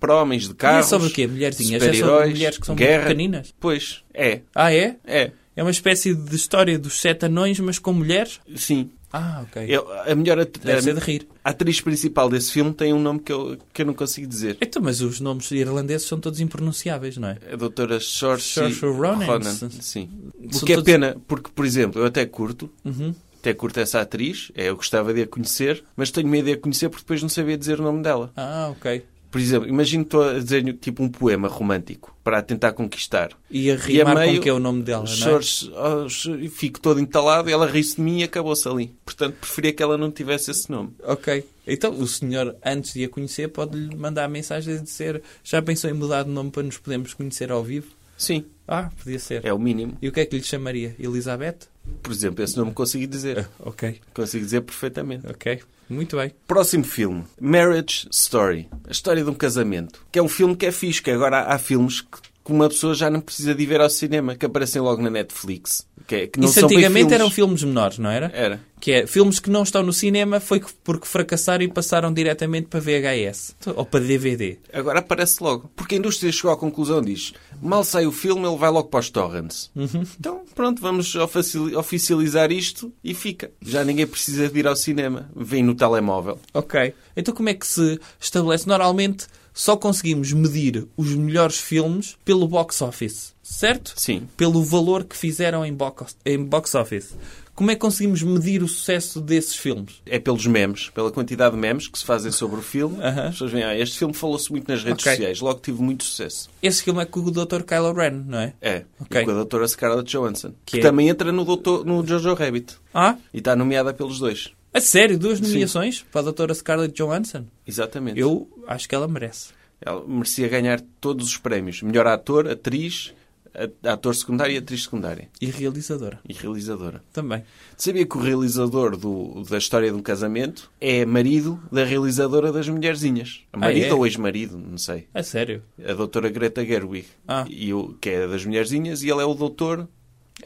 Speaker 1: para homens de
Speaker 2: E é
Speaker 1: carros.
Speaker 2: sobre o quê? Mulherzinhas? É sobre
Speaker 1: super-heróis,
Speaker 2: mulheres que são
Speaker 1: guerra.
Speaker 2: muito pequeninas?
Speaker 1: Pois, é,
Speaker 2: Ah, é?
Speaker 1: é,
Speaker 2: É uma espécie de história dos sete anões, mas com mulheres?
Speaker 1: sim.
Speaker 2: Ah, ok.
Speaker 1: Eu- a melhor at-
Speaker 2: Deve
Speaker 1: a-
Speaker 2: ser de rir.
Speaker 1: a atriz principal desse filme tem um nome que eu, que eu não consigo dizer.
Speaker 2: Então, mas os nomes irlandeses são todos impronunciáveis, não é?
Speaker 1: A doutora Saoirse
Speaker 2: Saoirse Ronan.
Speaker 1: Ronan. Sim. O
Speaker 2: São
Speaker 1: que é
Speaker 2: todos-
Speaker 1: pena, porque, por exemplo, eu até curto,
Speaker 2: Uhum.
Speaker 1: até curto essa atriz, é, eu gostava de a conhecer, mas tenho medo de a conhecer porque depois não sabia dizer o nome dela.
Speaker 2: Ah, ok.
Speaker 1: Por exemplo, imagino que estou a dizer tipo um poema romântico para a tentar conquistar.
Speaker 2: E a rimar com
Speaker 1: meio-
Speaker 2: o que é o nome dela, não é?
Speaker 1: Saoirse- oh, Saoirse- fico todo entalado, ela ri-se de mim e acabou-se ali. Portanto, preferia que ela não tivesse esse nome.
Speaker 2: Ok. Então, o senhor, antes de a conhecer, pode-lhe mandar mensagem e dizer já pensou em mudar de nome para nos podermos conhecer ao vivo?
Speaker 1: Sim,
Speaker 2: Ah, podia ser.
Speaker 1: é o mínimo.
Speaker 2: E o que é que lhe chamaria? Elizabeth?
Speaker 1: Por exemplo, esse nome consegui dizer.
Speaker 2: É. Ok.
Speaker 1: Consigo dizer perfeitamente.
Speaker 2: Ok. Muito bem.
Speaker 1: Próximo filme, Marriage Story, a história de um casamento, que é um filme que é fixe, que agora há, há filmes que, que uma pessoa já não precisa de ir ver ao cinema, que aparecem logo na Netflix. Que, é- que não
Speaker 2: Isso
Speaker 1: são bem
Speaker 2: antigamente um
Speaker 1: filmes.
Speaker 2: eram filmes menores, não era?
Speaker 1: Era.
Speaker 2: Que é, filmes que não estão no cinema foi porque fracassaram e passaram diretamente para VHS. Ou para DVD.
Speaker 1: Agora aparece logo. Porque a indústria chegou à conclusão, diz, mal sai o filme, ele vai logo para os torrents.
Speaker 2: Uhum.
Speaker 1: Então, pronto, vamos ofaci- oficializar isto e fica. Já ninguém precisa de ir ao cinema. Vem no telemóvel.
Speaker 2: Ok. Então como é que se estabelece? Normalmente só conseguimos medir os melhores filmes pelo box office, certo?
Speaker 1: Sim.
Speaker 2: Pelo valor que fizeram em box, em box office. Como é que conseguimos medir o sucesso desses filmes?
Speaker 1: é pelos memes, pela quantidade de memes que se fazem sobre o filme.
Speaker 2: Aham.
Speaker 1: As pessoas veem, ah, este filme falou-se muito nas redes
Speaker 2: Ok.
Speaker 1: sociais, logo tive muito sucesso.
Speaker 2: Esse filme é com o Dr. Kylo Ren, não é?
Speaker 1: É,
Speaker 2: Ok.
Speaker 1: e com a doutora Scarlett Johansson, que,
Speaker 2: Que é-
Speaker 1: também entra no, doutor, no Jojo Rabbit
Speaker 2: Ah?
Speaker 1: e está nomeada pelos dois.
Speaker 2: A sério? Duas nomeações para a Dra. Scarlett Johansson?
Speaker 1: Exatamente.
Speaker 2: Eu acho que ela merece.
Speaker 1: Ela merecia ganhar todos os prémios. Melhor ator, atriz, a- ator secundário e atriz secundária.
Speaker 2: E realizadora
Speaker 1: E realizadora.
Speaker 2: também.
Speaker 1: Sabia que o realizador do- da história de um casamento é marido da realizadora das Mulherzinhas? Marido
Speaker 2: é?
Speaker 1: ou ex-marido, não sei.
Speaker 2: A sério?
Speaker 1: a doutora Greta Gerwig,
Speaker 2: Ah.
Speaker 1: e o, que é das Mulherzinhas, e ele é o doutor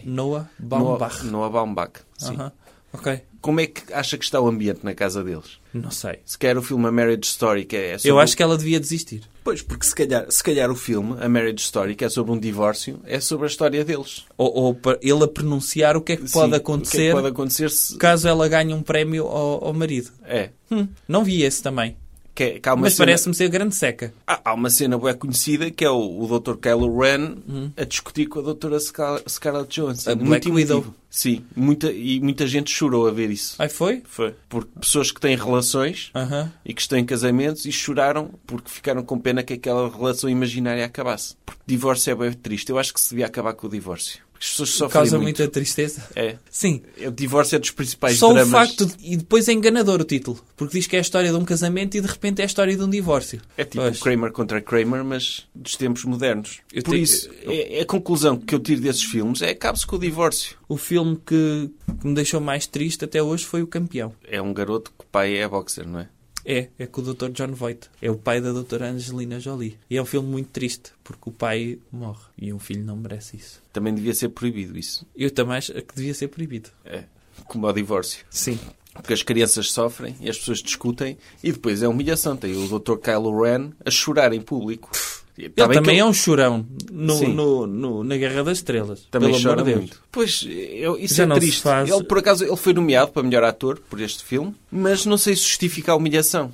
Speaker 2: Noah Baumbach. Ah.
Speaker 1: Noah, Noah Baumbach. Sim.
Speaker 2: Aham. Ok.
Speaker 1: Como é que acha que está o ambiente na casa deles?
Speaker 2: Não sei.
Speaker 1: Se quer o filme A Marriage Story, que é sobre...
Speaker 2: Eu acho que ela devia desistir.
Speaker 1: Pois, porque se calhar, se calhar o filme, A Marriage Story, que é sobre um divórcio, é sobre a história deles.
Speaker 2: ou, ou para ele a pronunciar o que é que
Speaker 1: Sim,
Speaker 2: pode
Speaker 1: O que é
Speaker 2: acontecer
Speaker 1: que pode acontecer se...
Speaker 2: caso ela ganhe um prémio ao, ao marido.
Speaker 1: É.
Speaker 2: Hum, não vi esse também.
Speaker 1: Que é- que há uma
Speaker 2: Mas
Speaker 1: cena-
Speaker 2: parece-me ser grande seca.
Speaker 1: Há há uma cena bem conhecida que é o, o Dr. Kylo Ren a discutir com a Dra. Scar Scarlett Johansson.
Speaker 2: Hum. A Black
Speaker 1: emotivo.
Speaker 2: Widow.
Speaker 1: Sim, muita, e muita gente chorou a ver isso.
Speaker 2: Aí foi?
Speaker 1: Foi. Por pessoas que têm relações
Speaker 2: Aham.
Speaker 1: e que estão em casamentos e choraram porque ficaram com pena que aquela relação imaginária acabasse. Porque divórcio é bem triste. Eu acho que se devia acabar com o divórcio. Porque as pessoas sofrem
Speaker 2: Causa
Speaker 1: muito.
Speaker 2: muita tristeza.
Speaker 1: É.
Speaker 2: Sim.
Speaker 1: O divórcio é dos principais
Speaker 2: Só
Speaker 1: dramas.
Speaker 2: o facto. de- E depois é enganador o título. Porque diz que é a história de um casamento e de repente é a história de um divórcio.
Speaker 1: É tipo
Speaker 2: Pois.
Speaker 1: Kramer contra Kramer, mas dos tempos modernos.
Speaker 2: Eu
Speaker 1: Por
Speaker 2: tenho-
Speaker 1: isso, é- é a conclusão que eu tiro desses filmes é acabe-se com o divórcio.
Speaker 2: O filme que, que me deixou mais triste até hoje foi O Campeão.
Speaker 1: É um garoto que o pai é boxer, não é?
Speaker 2: É, é com o Dr. John Voight. É o pai da Dra. Angelina Jolie. E é um filme muito triste, porque o pai morre. E um filho não merece isso.
Speaker 1: Também devia ser proibido isso.
Speaker 2: Eu também acho que devia ser proibido.
Speaker 1: É. Como ao divórcio.
Speaker 2: Sim.
Speaker 1: Porque as crianças sofrem e as pessoas discutem e depois é humilhação. Tem o Dr. Kylo Ren a chorar em público. Tá Ele
Speaker 2: Ele também é um chorão no,
Speaker 1: Sim.
Speaker 2: no- no- na Guerra das Estrelas.
Speaker 1: Também
Speaker 2: pelo
Speaker 1: chora
Speaker 2: amor de Deus.
Speaker 1: muito. Pois, eu- isso
Speaker 2: Já
Speaker 1: é
Speaker 2: não se
Speaker 1: triste.
Speaker 2: faz-
Speaker 1: Ele, por acaso, ele foi nomeado para melhor ator por este filme, mas não sei se justifica a humilhação.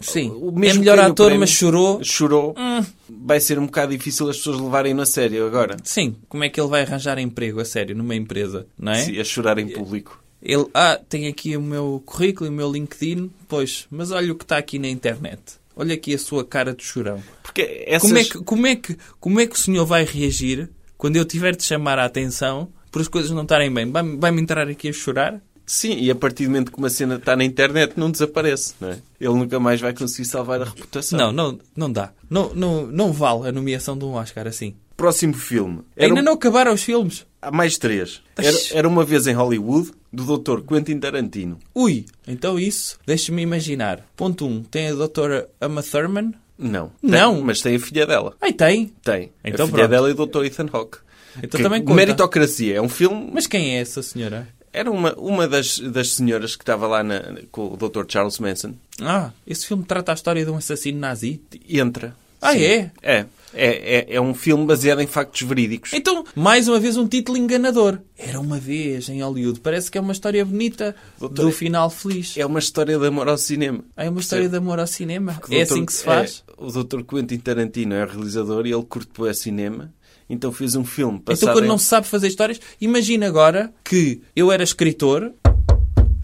Speaker 2: Sim.
Speaker 1: O
Speaker 2: é
Speaker 1: mesmo
Speaker 2: melhor
Speaker 1: que ganhou o
Speaker 2: ator,
Speaker 1: prémio,
Speaker 2: mas chorou. Hum.
Speaker 1: Chorou. Vai ser um bocado difícil as pessoas levarem-no a sério agora.
Speaker 2: Sim. Como é que ele vai arranjar emprego, a sério, numa empresa? Não é?
Speaker 1: Se a chorar em público.
Speaker 2: Ele, ah, tem aqui o meu currículo e o meu LinkedIn. Pois, mas olha o que está aqui na internet. Olha aqui a sua cara de chorão.
Speaker 1: Porque essas...
Speaker 2: Como, é que, como, é que, como é que o senhor vai reagir quando eu tiver de chamar a atenção por as coisas não estarem bem? Vai- Vai-me entrar aqui a chorar?
Speaker 1: Sim, e a partir do momento que uma cena está na internet, não desaparece, não é? Ele nunca mais vai conseguir salvar a reputação.
Speaker 2: Não, não, não dá. Não, não, não vale a nomeação de um Oscar assim.
Speaker 1: Próximo filme.
Speaker 2: Ainda
Speaker 1: um-
Speaker 2: não acabaram os filmes.
Speaker 1: Há mais três. Era, era uma vez em Hollywood, do Dr. Quentin Tarantino.
Speaker 2: Ui, então isso, deixa-me imaginar. Ponto 1, um, tem a doutora Emma Thurman?
Speaker 1: Não.
Speaker 2: Não?
Speaker 1: Tem- mas tem a filha dela.
Speaker 2: Ai, tem.
Speaker 1: Tem.
Speaker 2: Então
Speaker 1: a filha
Speaker 2: pronto.
Speaker 1: dela e o Dr. Ethan Hawke.
Speaker 2: Então
Speaker 1: Que-
Speaker 2: também conta.
Speaker 1: Meritocracia. É um filme...
Speaker 2: Mas quem é essa senhora?
Speaker 1: Era uma, uma das, das senhoras que estava lá na- com o Dr. Charles Manson.
Speaker 2: Ah, esse filme trata a história de um assassino nazi?
Speaker 1: Entra.
Speaker 2: Ah,
Speaker 1: Sim.
Speaker 2: é?
Speaker 1: É. É, é, é um filme baseado em factos verídicos.
Speaker 2: Então, mais uma vez um título enganador. Era uma vez em Hollywood. Parece que é uma história bonita
Speaker 1: Doutora-
Speaker 2: do final feliz.
Speaker 1: É uma história de amor ao cinema.
Speaker 2: Ah, É uma história de amor ao cinema.
Speaker 1: Que o
Speaker 2: É
Speaker 1: Dr.
Speaker 2: assim que se faz.
Speaker 1: é, o Dr. Quentin Tarantino é realizador e ele curte bué cinema. Então fez um filme passado
Speaker 2: Então, quando
Speaker 1: em-
Speaker 2: não se sabe fazer histórias, imagina agora que eu era escritor.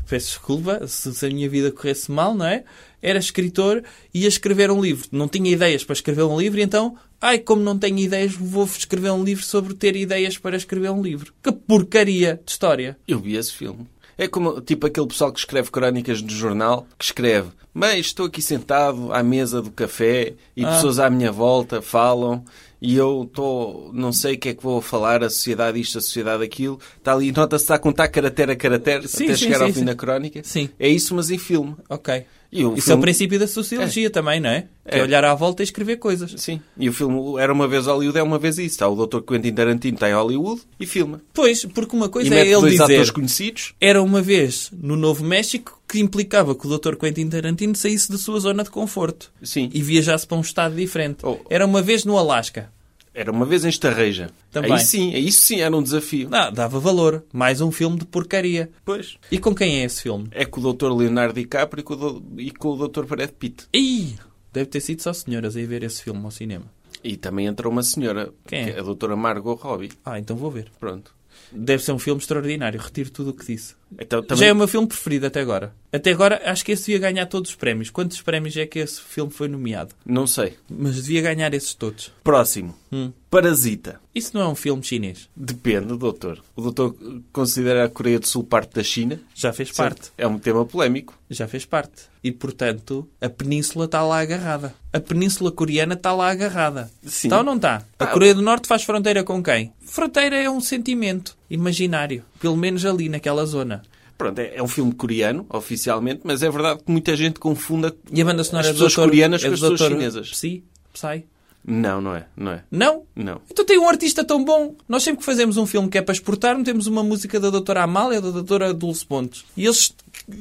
Speaker 2: Peço desculpa se, se a minha vida corresse mal, não é? Era escritor e ia escrever um livro. Não tinha ideias para escrever um livro, e então, ai, como não tenho ideias, vou escrever um livro sobre ter ideias para escrever um livro. Que porcaria de história.
Speaker 1: Eu vi esse filme. É como tipo aquele pessoal que escreve crónicas no jornal, que escreve, mas estou aqui sentado à mesa do café e
Speaker 2: Ah.
Speaker 1: pessoas à minha volta falam e eu estou, não sei o que é que vou falar, a sociedade isto, a sociedade aquilo, está ali, nota-se está a contar caractere a caractere
Speaker 2: Sim,
Speaker 1: até
Speaker 2: sim,
Speaker 1: chegar ao
Speaker 2: sim,
Speaker 1: fim
Speaker 2: sim.
Speaker 1: da crónica.
Speaker 2: Sim.
Speaker 1: É isso, mas em filme.
Speaker 2: Ok.
Speaker 1: E o
Speaker 2: Isso é o
Speaker 1: filme-
Speaker 2: princípio da sociologia também, não é? Que
Speaker 1: É.
Speaker 2: é olhar à volta e escrever coisas.
Speaker 1: Sim. E o filme Era Uma Vez Hollywood é uma vez isso. Está o Dr. Quentin Tarantino, está em Hollywood e filma.
Speaker 2: Pois, porque uma
Speaker 1: e
Speaker 2: coisa é
Speaker 1: mete
Speaker 2: ele
Speaker 1: dois atores
Speaker 2: dizer
Speaker 1: conhecidos.
Speaker 2: era uma vez no Novo México que implicava que o Dr. Quentin Tarantino saísse da sua zona de conforto
Speaker 1: Sim.
Speaker 2: e viajasse para um estado diferente.
Speaker 1: Oh.
Speaker 2: Era uma vez no Alasca.
Speaker 1: Era Uma Vez em Estarreja.
Speaker 2: Também.
Speaker 1: Aí sim, aí sim era um desafio.
Speaker 2: Ah, dava valor. Mais um filme de porcaria.
Speaker 1: Pois.
Speaker 2: E com quem é esse filme?
Speaker 1: É com o Dr. Leonardo DiCaprio e com o do- e com o Dr. Brad Pitt.
Speaker 2: Ih! Deve ter sido só senhoras a ir ver esse filme ao cinema.
Speaker 1: E também entra uma senhora,
Speaker 2: Quem é?
Speaker 1: que é a Dra. Margot Robbie.
Speaker 2: Ah, então vou ver.
Speaker 1: Pronto.
Speaker 2: Deve ser um filme extraordinário. Retiro tudo o que disse.
Speaker 1: Então,
Speaker 2: Já
Speaker 1: também...
Speaker 2: é o meu filme preferido até agora. Até agora acho que esse devia ganhar todos os prémios. Quantos prémios é que esse filme foi nomeado?
Speaker 1: Não sei.
Speaker 2: Mas devia ganhar esses todos.
Speaker 1: Próximo.
Speaker 2: Hum.
Speaker 1: Parasita.
Speaker 2: Isso não é um filme chinês.
Speaker 1: Depende, doutor. O doutor considera a Coreia do Sul parte da China.
Speaker 2: Já fez parte.
Speaker 1: É um tema polémico.
Speaker 2: Já fez parte. E, portanto, a península está lá agarrada. A península coreana está lá agarrada.
Speaker 1: Sim.
Speaker 2: Está ou não está?
Speaker 1: Tá.
Speaker 2: A Coreia do Norte faz fronteira com quem? Fronteira é um sentimento imaginário. Pelo menos ali, naquela zona.
Speaker 1: Pronto, é, é um filme coreano, oficialmente, mas é verdade que muita gente confunda...
Speaker 2: E a banda sonora
Speaker 1: As
Speaker 2: é do
Speaker 1: pessoas
Speaker 2: doutor-
Speaker 1: coreanas
Speaker 2: é
Speaker 1: com
Speaker 2: do
Speaker 1: as pessoas
Speaker 2: doutor
Speaker 1: chinesas.
Speaker 2: Psy? Psy?
Speaker 1: Não, não é. Não é.
Speaker 2: Não?
Speaker 1: Não.
Speaker 2: Então tem um artista tão bom. Nós sempre que fazemos um filme que é para exportar, metemos uma música da doutora Amália, da doutora Dulce Pontes. E eles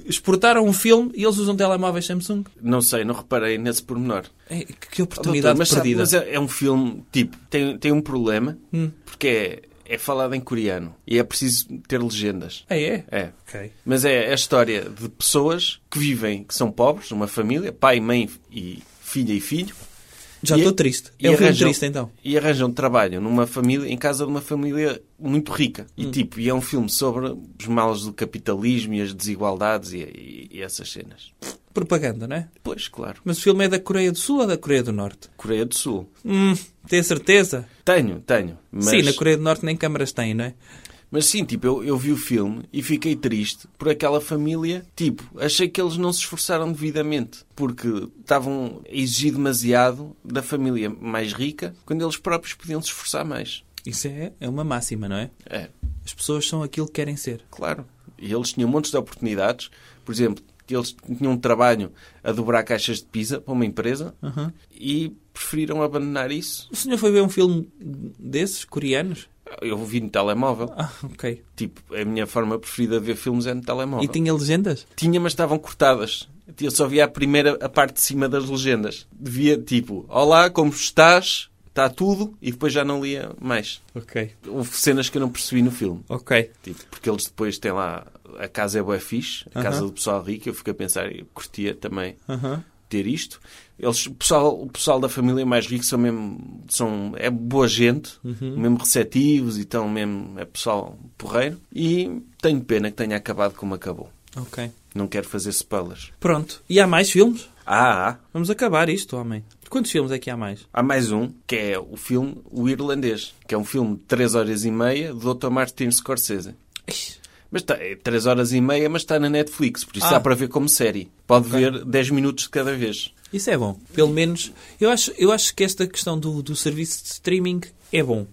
Speaker 2: exportaram um filme e eles usam telemóveis Samsung.
Speaker 1: Não sei, não reparei nesse pormenor.
Speaker 2: É, Que
Speaker 1: Oh,
Speaker 2: oportunidade
Speaker 1: doutor, mas sabe,
Speaker 2: perdida. Hum.
Speaker 1: mas é, é um filme, tipo, tem, tem um problema, porque é, é falado em coreano e é preciso ter legendas.
Speaker 2: Ah, é?
Speaker 1: É.
Speaker 2: Ok.
Speaker 1: Mas é a história de pessoas que vivem, que são pobres, uma família, pai, mãe e filha e filho.
Speaker 2: Já
Speaker 1: E-
Speaker 2: estou triste.
Speaker 1: e
Speaker 2: É um filme
Speaker 1: arranjam-
Speaker 2: triste, então.
Speaker 1: E arranjam trabalho numa família, em casa de uma família muito rica. E
Speaker 2: Hum.
Speaker 1: tipo, e é um filme sobre os males do capitalismo e as desigualdades e, e- e essas cenas.
Speaker 2: propaganda, não é?
Speaker 1: Pois, claro.
Speaker 2: Mas o filme é da Coreia do Sul ou da Coreia do Norte?
Speaker 1: Coreia do Sul.
Speaker 2: Hum, tem certeza?
Speaker 1: Tenho, tenho. Mas...
Speaker 2: Sim, na Coreia do Norte nem câmaras têm, não é?
Speaker 1: Mas sim, tipo, eu, eu vi o filme e fiquei triste por aquela família. Tipo, achei que eles não se esforçaram devidamente. Porque estavam a exigir demasiado da família mais rica, quando eles próprios podiam se esforçar mais.
Speaker 2: Isso é, é uma máxima, não é?
Speaker 1: É,
Speaker 2: As pessoas são aquilo que querem ser.
Speaker 1: claro. E eles tinham montes de oportunidades. Por exemplo, eles tinham um trabalho a dobrar caixas de pizza para uma empresa
Speaker 2: Aham.
Speaker 1: e preferiram abandonar isso.
Speaker 2: O senhor foi ver um filme desses, coreanos?
Speaker 1: Eu vi no telemóvel.
Speaker 2: Ah, ok.
Speaker 1: Tipo, a minha forma preferida de ver filmes é no telemóvel.
Speaker 2: E tinha legendas?
Speaker 1: Tinha, mas estavam cortadas. Eu só via a primeira, a parte de cima das legendas. Devia, tipo, olá, como estás? Está tudo. E depois já não lia mais.
Speaker 2: Ok.
Speaker 1: Houve cenas que eu não percebi no filme.
Speaker 2: Ok.
Speaker 1: Tipo, porque eles depois têm lá... A casa é bué fixe. A casa
Speaker 2: Aham.
Speaker 1: do pessoal rico. Eu fico a pensar, eu curtia também
Speaker 2: Aham.
Speaker 1: ter isto. Eles, o, pessoal, o pessoal da família mais rico são mesmo... São, é boa gente. Mesmo receptivos e tão mesmo... É pessoal porreiro. E tenho pena que tenha acabado como acabou.
Speaker 2: Ok.
Speaker 1: Não quero fazer spoilers.
Speaker 2: Pronto. E há mais filmes?
Speaker 1: Ah, há.
Speaker 2: Vamos acabar isto, homem. Quantos filmes é que há mais?
Speaker 1: Há mais um, que é o filme O Irlandês, que é um filme de 3 horas e meia do Dr. Martin Scorsese.
Speaker 2: Ixi,
Speaker 1: Mas tá, é 3 horas e meia, mas está na Netflix, por isso
Speaker 2: Ah.
Speaker 1: dá para ver como série. Pode ver 10 minutos de cada vez.
Speaker 2: Isso é bom. Pelo menos, eu acho, eu acho que esta questão do, do serviço de streaming é bom.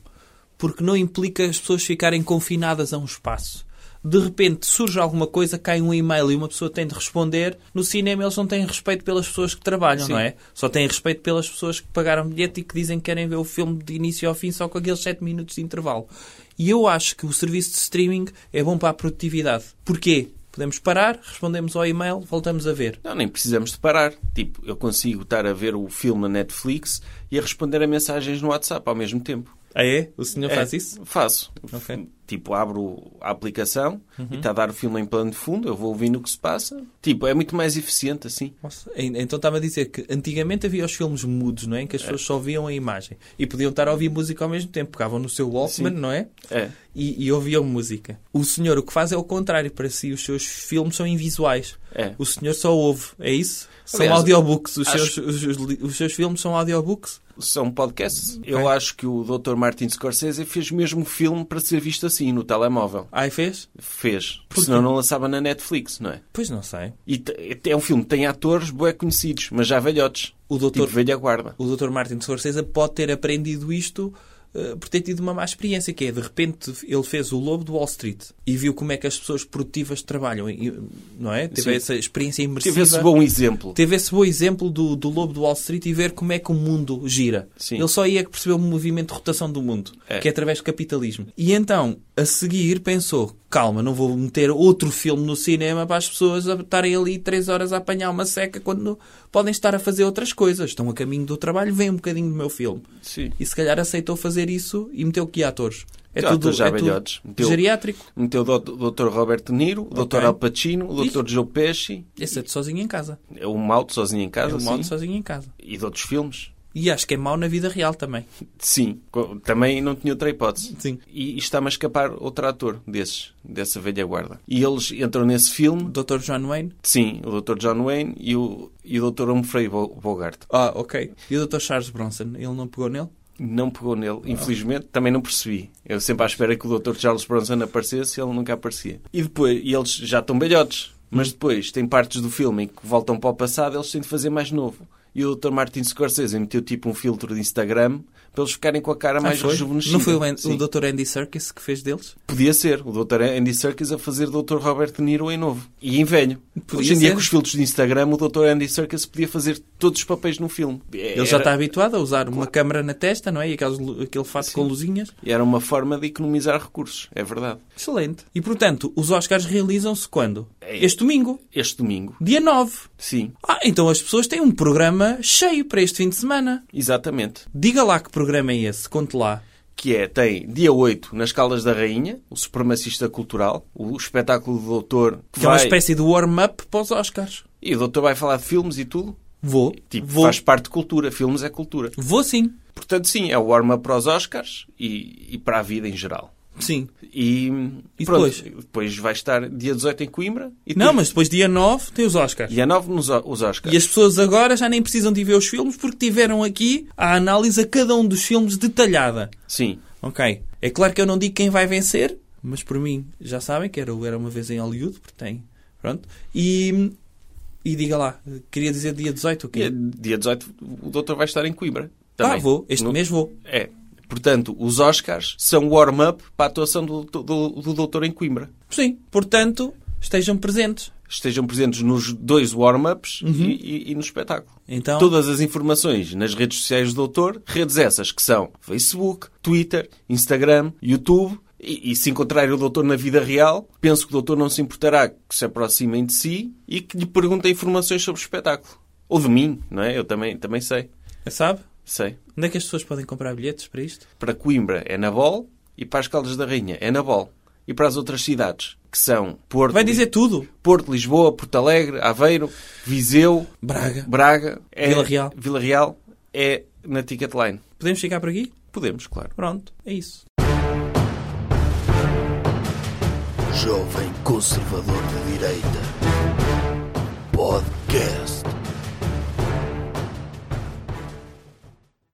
Speaker 2: Porque não implica as pessoas ficarem confinadas a um espaço. De repente surge alguma coisa, cai um e-mail e uma pessoa tem de responder. No cinema eles não têm respeito pelas pessoas que trabalham,
Speaker 1: Sim.
Speaker 2: não é? Só têm respeito pelas pessoas que pagaram bilhete e que dizem que querem ver o filme de início ao fim só com aqueles 7 minutos de intervalo. E eu acho que o serviço de streaming é bom para a produtividade. Porquê? Podemos parar, respondemos ao e-mail, voltamos a ver.
Speaker 1: Não, nem precisamos de parar. Tipo, eu consigo estar a ver o filme na Netflix e a responder a mensagens no WhatsApp ao mesmo tempo.
Speaker 2: Ah, é? O senhor
Speaker 1: É,
Speaker 2: faz isso?
Speaker 1: Faço.
Speaker 2: Ok. Uhum.
Speaker 1: Tipo, abro a aplicação e está a dar o filme em plano de fundo, eu vou ouvindo o que se passa. Tipo, é muito mais eficiente assim.
Speaker 2: Nossa, en- Então estava a dizer que antigamente havia os filmes mudos, não é? Em que as pessoas só viam a imagem. E podiam estar a ouvir música ao mesmo tempo. Pegavam no seu Walkman, não é?
Speaker 1: É.
Speaker 2: E, e ouviam música. O senhor o que faz é o contrário. Para si, os seus filmes são invisuais.
Speaker 1: É.
Speaker 2: O senhor só ouve, é isso? São
Speaker 1: Aliás,
Speaker 2: audiobooks. Os,
Speaker 1: acho-
Speaker 2: seus, os, os li- os seus filmes são audiobooks?
Speaker 1: são podcasts. Eu acho que o Dr. Martin Scorsese fez mesmo um filme para ser visto assim, no telemóvel.
Speaker 2: Ai, Ah, fez?
Speaker 1: Fez.
Speaker 2: quê?
Speaker 1: Porque senão não lançava na Netflix, não é?
Speaker 2: Pois não sei.
Speaker 1: E te- é um filme que tem atores bué conhecidos, mas já velhotes.
Speaker 2: O
Speaker 1: Tipo
Speaker 2: doutor,
Speaker 1: velha guarda.
Speaker 2: o doutor Martin Scorsese pode ter aprendido isto eh, por ter tido uma má experiência, que é, de repente, ele fez o Lobo do Wall Street e viu como é que as pessoas produtivas trabalham, e, não é? Teve
Speaker 1: Sim.
Speaker 2: essa experiência imersiva.
Speaker 1: Tive esse bom exemplo.
Speaker 2: Teve esse bom exemplo do, do Lobo do Wall Street e ver como é que o mundo gira.
Speaker 1: Sim.
Speaker 2: Ele só aí é que percebeu o movimento de rotação do mundo,
Speaker 1: É.
Speaker 2: que é através do capitalismo. E então, a seguir, pensou, calma, não vou meter outro filme no cinema para as pessoas estarem ali três horas a apanhar uma seca quando podem estar a fazer outras coisas. Estão a caminho do trabalho, vem um bocadinho do meu filme.
Speaker 1: Sim.
Speaker 2: E se calhar aceitou fazer isso e meteu que atores? É
Speaker 1: Já,
Speaker 2: tudo,
Speaker 1: atores já
Speaker 2: é
Speaker 1: velhotes.
Speaker 2: tudo
Speaker 1: Meteu-
Speaker 2: geriátrico.
Speaker 1: Meteu o do- Dr. Robert De Niro, o
Speaker 2: Ok.
Speaker 1: Dr. Al Pacino, o
Speaker 2: Isso.
Speaker 1: Dr. Joe Pesci,
Speaker 2: Exceto sozinho em casa.
Speaker 1: é o Malto sozinho em
Speaker 2: É
Speaker 1: casa,
Speaker 2: um modo
Speaker 1: sim.
Speaker 2: sozinho em casa.
Speaker 1: E de outros filmes.
Speaker 2: E acho que é mau na vida real também.
Speaker 1: Sim. Co- Também não tinha outra hipótese.
Speaker 2: Sim.
Speaker 1: E, e está-me a escapar outro ator desses, dessa velha guarda. E eles entram nesse filme
Speaker 2: Dr. John Wayne.
Speaker 1: Sim, o Dr. John Wayne e o, e o Dr. Humphrey Bo- Bogart.
Speaker 2: Ah, ok. E o Dr. Charles Bronson, ele não pegou nele?
Speaker 1: Não pegou nele, infelizmente, também não percebi. Eu sempre à espera que o Dr. Charles Bronson aparecesse, ele nunca aparecia. E depois, e eles já estão belhotes, mas depois tem partes do filme em que voltam para o passado, eles têm de fazer mais novo. E o Dr. Martin Scorsese meteu tipo um filtro de Instagram para eles ficarem com a cara mais
Speaker 2: Ah, foi?
Speaker 1: rejuvenescida.
Speaker 2: Não foi o, An-
Speaker 1: Sim.
Speaker 2: o Dr. Andy Serkis que fez deles?
Speaker 1: Podia ser o Dr. Andy Serkis a fazer Dr. Robert De Niro em novo e em velho.
Speaker 2: Podia
Speaker 1: Hoje em dia,
Speaker 2: ser.
Speaker 1: com os filtros de Instagram, o Dr. Andy Serkis podia fazer todos os papéis num filme.
Speaker 2: Ele já tá- está habituado a usar uma câmara na testa, não é? E aqueles, lu- aquele fato com luzinhas.
Speaker 1: Era uma forma de economizar recursos, é verdade.
Speaker 2: Excelente. E, portanto, os Oscars realizam-se quando?
Speaker 1: É.
Speaker 2: Este domingo,
Speaker 1: Este domingo,
Speaker 2: dia 9.
Speaker 1: sim,
Speaker 2: Ah, então as pessoas têm um programa cheio para este fim de semana.
Speaker 1: exatamente.
Speaker 2: Diga lá que programa é esse, conte lá.
Speaker 1: Que é, tem dia 8, nas Caldas da Rainha, o Supremacista Cultural, o espetáculo do Doutor.
Speaker 2: Que é uma espécie de warm-up para os Oscars.
Speaker 1: E o Doutor vai falar de filmes e tudo.
Speaker 2: Vou.
Speaker 1: Tipo,
Speaker 2: vou.
Speaker 1: faz parte de cultura, filmes é cultura.
Speaker 2: Vou sim.
Speaker 1: Portanto, sim, é o warm-up para os Oscars e- e para a vida em geral.
Speaker 2: Sim.
Speaker 1: E,
Speaker 2: E
Speaker 1: pronto,
Speaker 2: depois?
Speaker 1: vai estar dia 18 em Coimbra e
Speaker 2: Não,
Speaker 1: depois
Speaker 2: mas depois dia 9 tem os Oscars.
Speaker 1: dia 9 nos O- os Oscars.
Speaker 2: E as pessoas agora já nem precisam de ir ver os filmes porque tiveram aqui a análise a cada um dos filmes detalhada.
Speaker 1: Sim.
Speaker 2: Ok. É claro que eu não digo quem vai vencer, mas por mim já sabem que era o Era Uma Vez em Hollywood, porque tem. Pronto. E, e diga lá, queria dizer dia 18 o
Speaker 1: Dia,
Speaker 2: quê?
Speaker 1: dia 18 o doutor vai estar em Coimbra.
Speaker 2: Ah,
Speaker 1: Também.
Speaker 2: vou. Este
Speaker 1: No-
Speaker 2: mês vou.
Speaker 1: É. Portanto, os Oscars são warm-up para a atuação do, do, do doutor em Coimbra.
Speaker 2: Sim. Portanto, estejam presentes.
Speaker 1: Estejam presentes nos dois warm-ups e, e- e no espetáculo.
Speaker 2: Então,
Speaker 1: Todas as informações nas redes sociais do doutor, redes essas que são Facebook, Twitter, Instagram, YouTube. E, e se encontrar o doutor na vida real, penso que o doutor não se importará que se aproximem de si e que lhe perguntem informações sobre o espetáculo. Ou de mim, não é? Eu também, também sei.
Speaker 2: sabe?
Speaker 1: Sei.
Speaker 2: Onde é que as pessoas podem comprar bilhetes para isto?
Speaker 1: Para Coimbra é na Bol e para as Caldas da Rainha é na Bol. E para as outras cidades, que são Porto,
Speaker 2: Vai dizer tudo.
Speaker 1: Porto Lisboa, Porto Alegre, Aveiro, Viseu,
Speaker 2: Braga.
Speaker 1: Braga, é-
Speaker 2: Vila Real.
Speaker 1: Vila Real é na Ticketline.
Speaker 2: Podemos chegar por aqui?
Speaker 1: Podemos, claro.
Speaker 2: Pronto. É isso.
Speaker 3: Jovem Conservador de Direita. Podcast.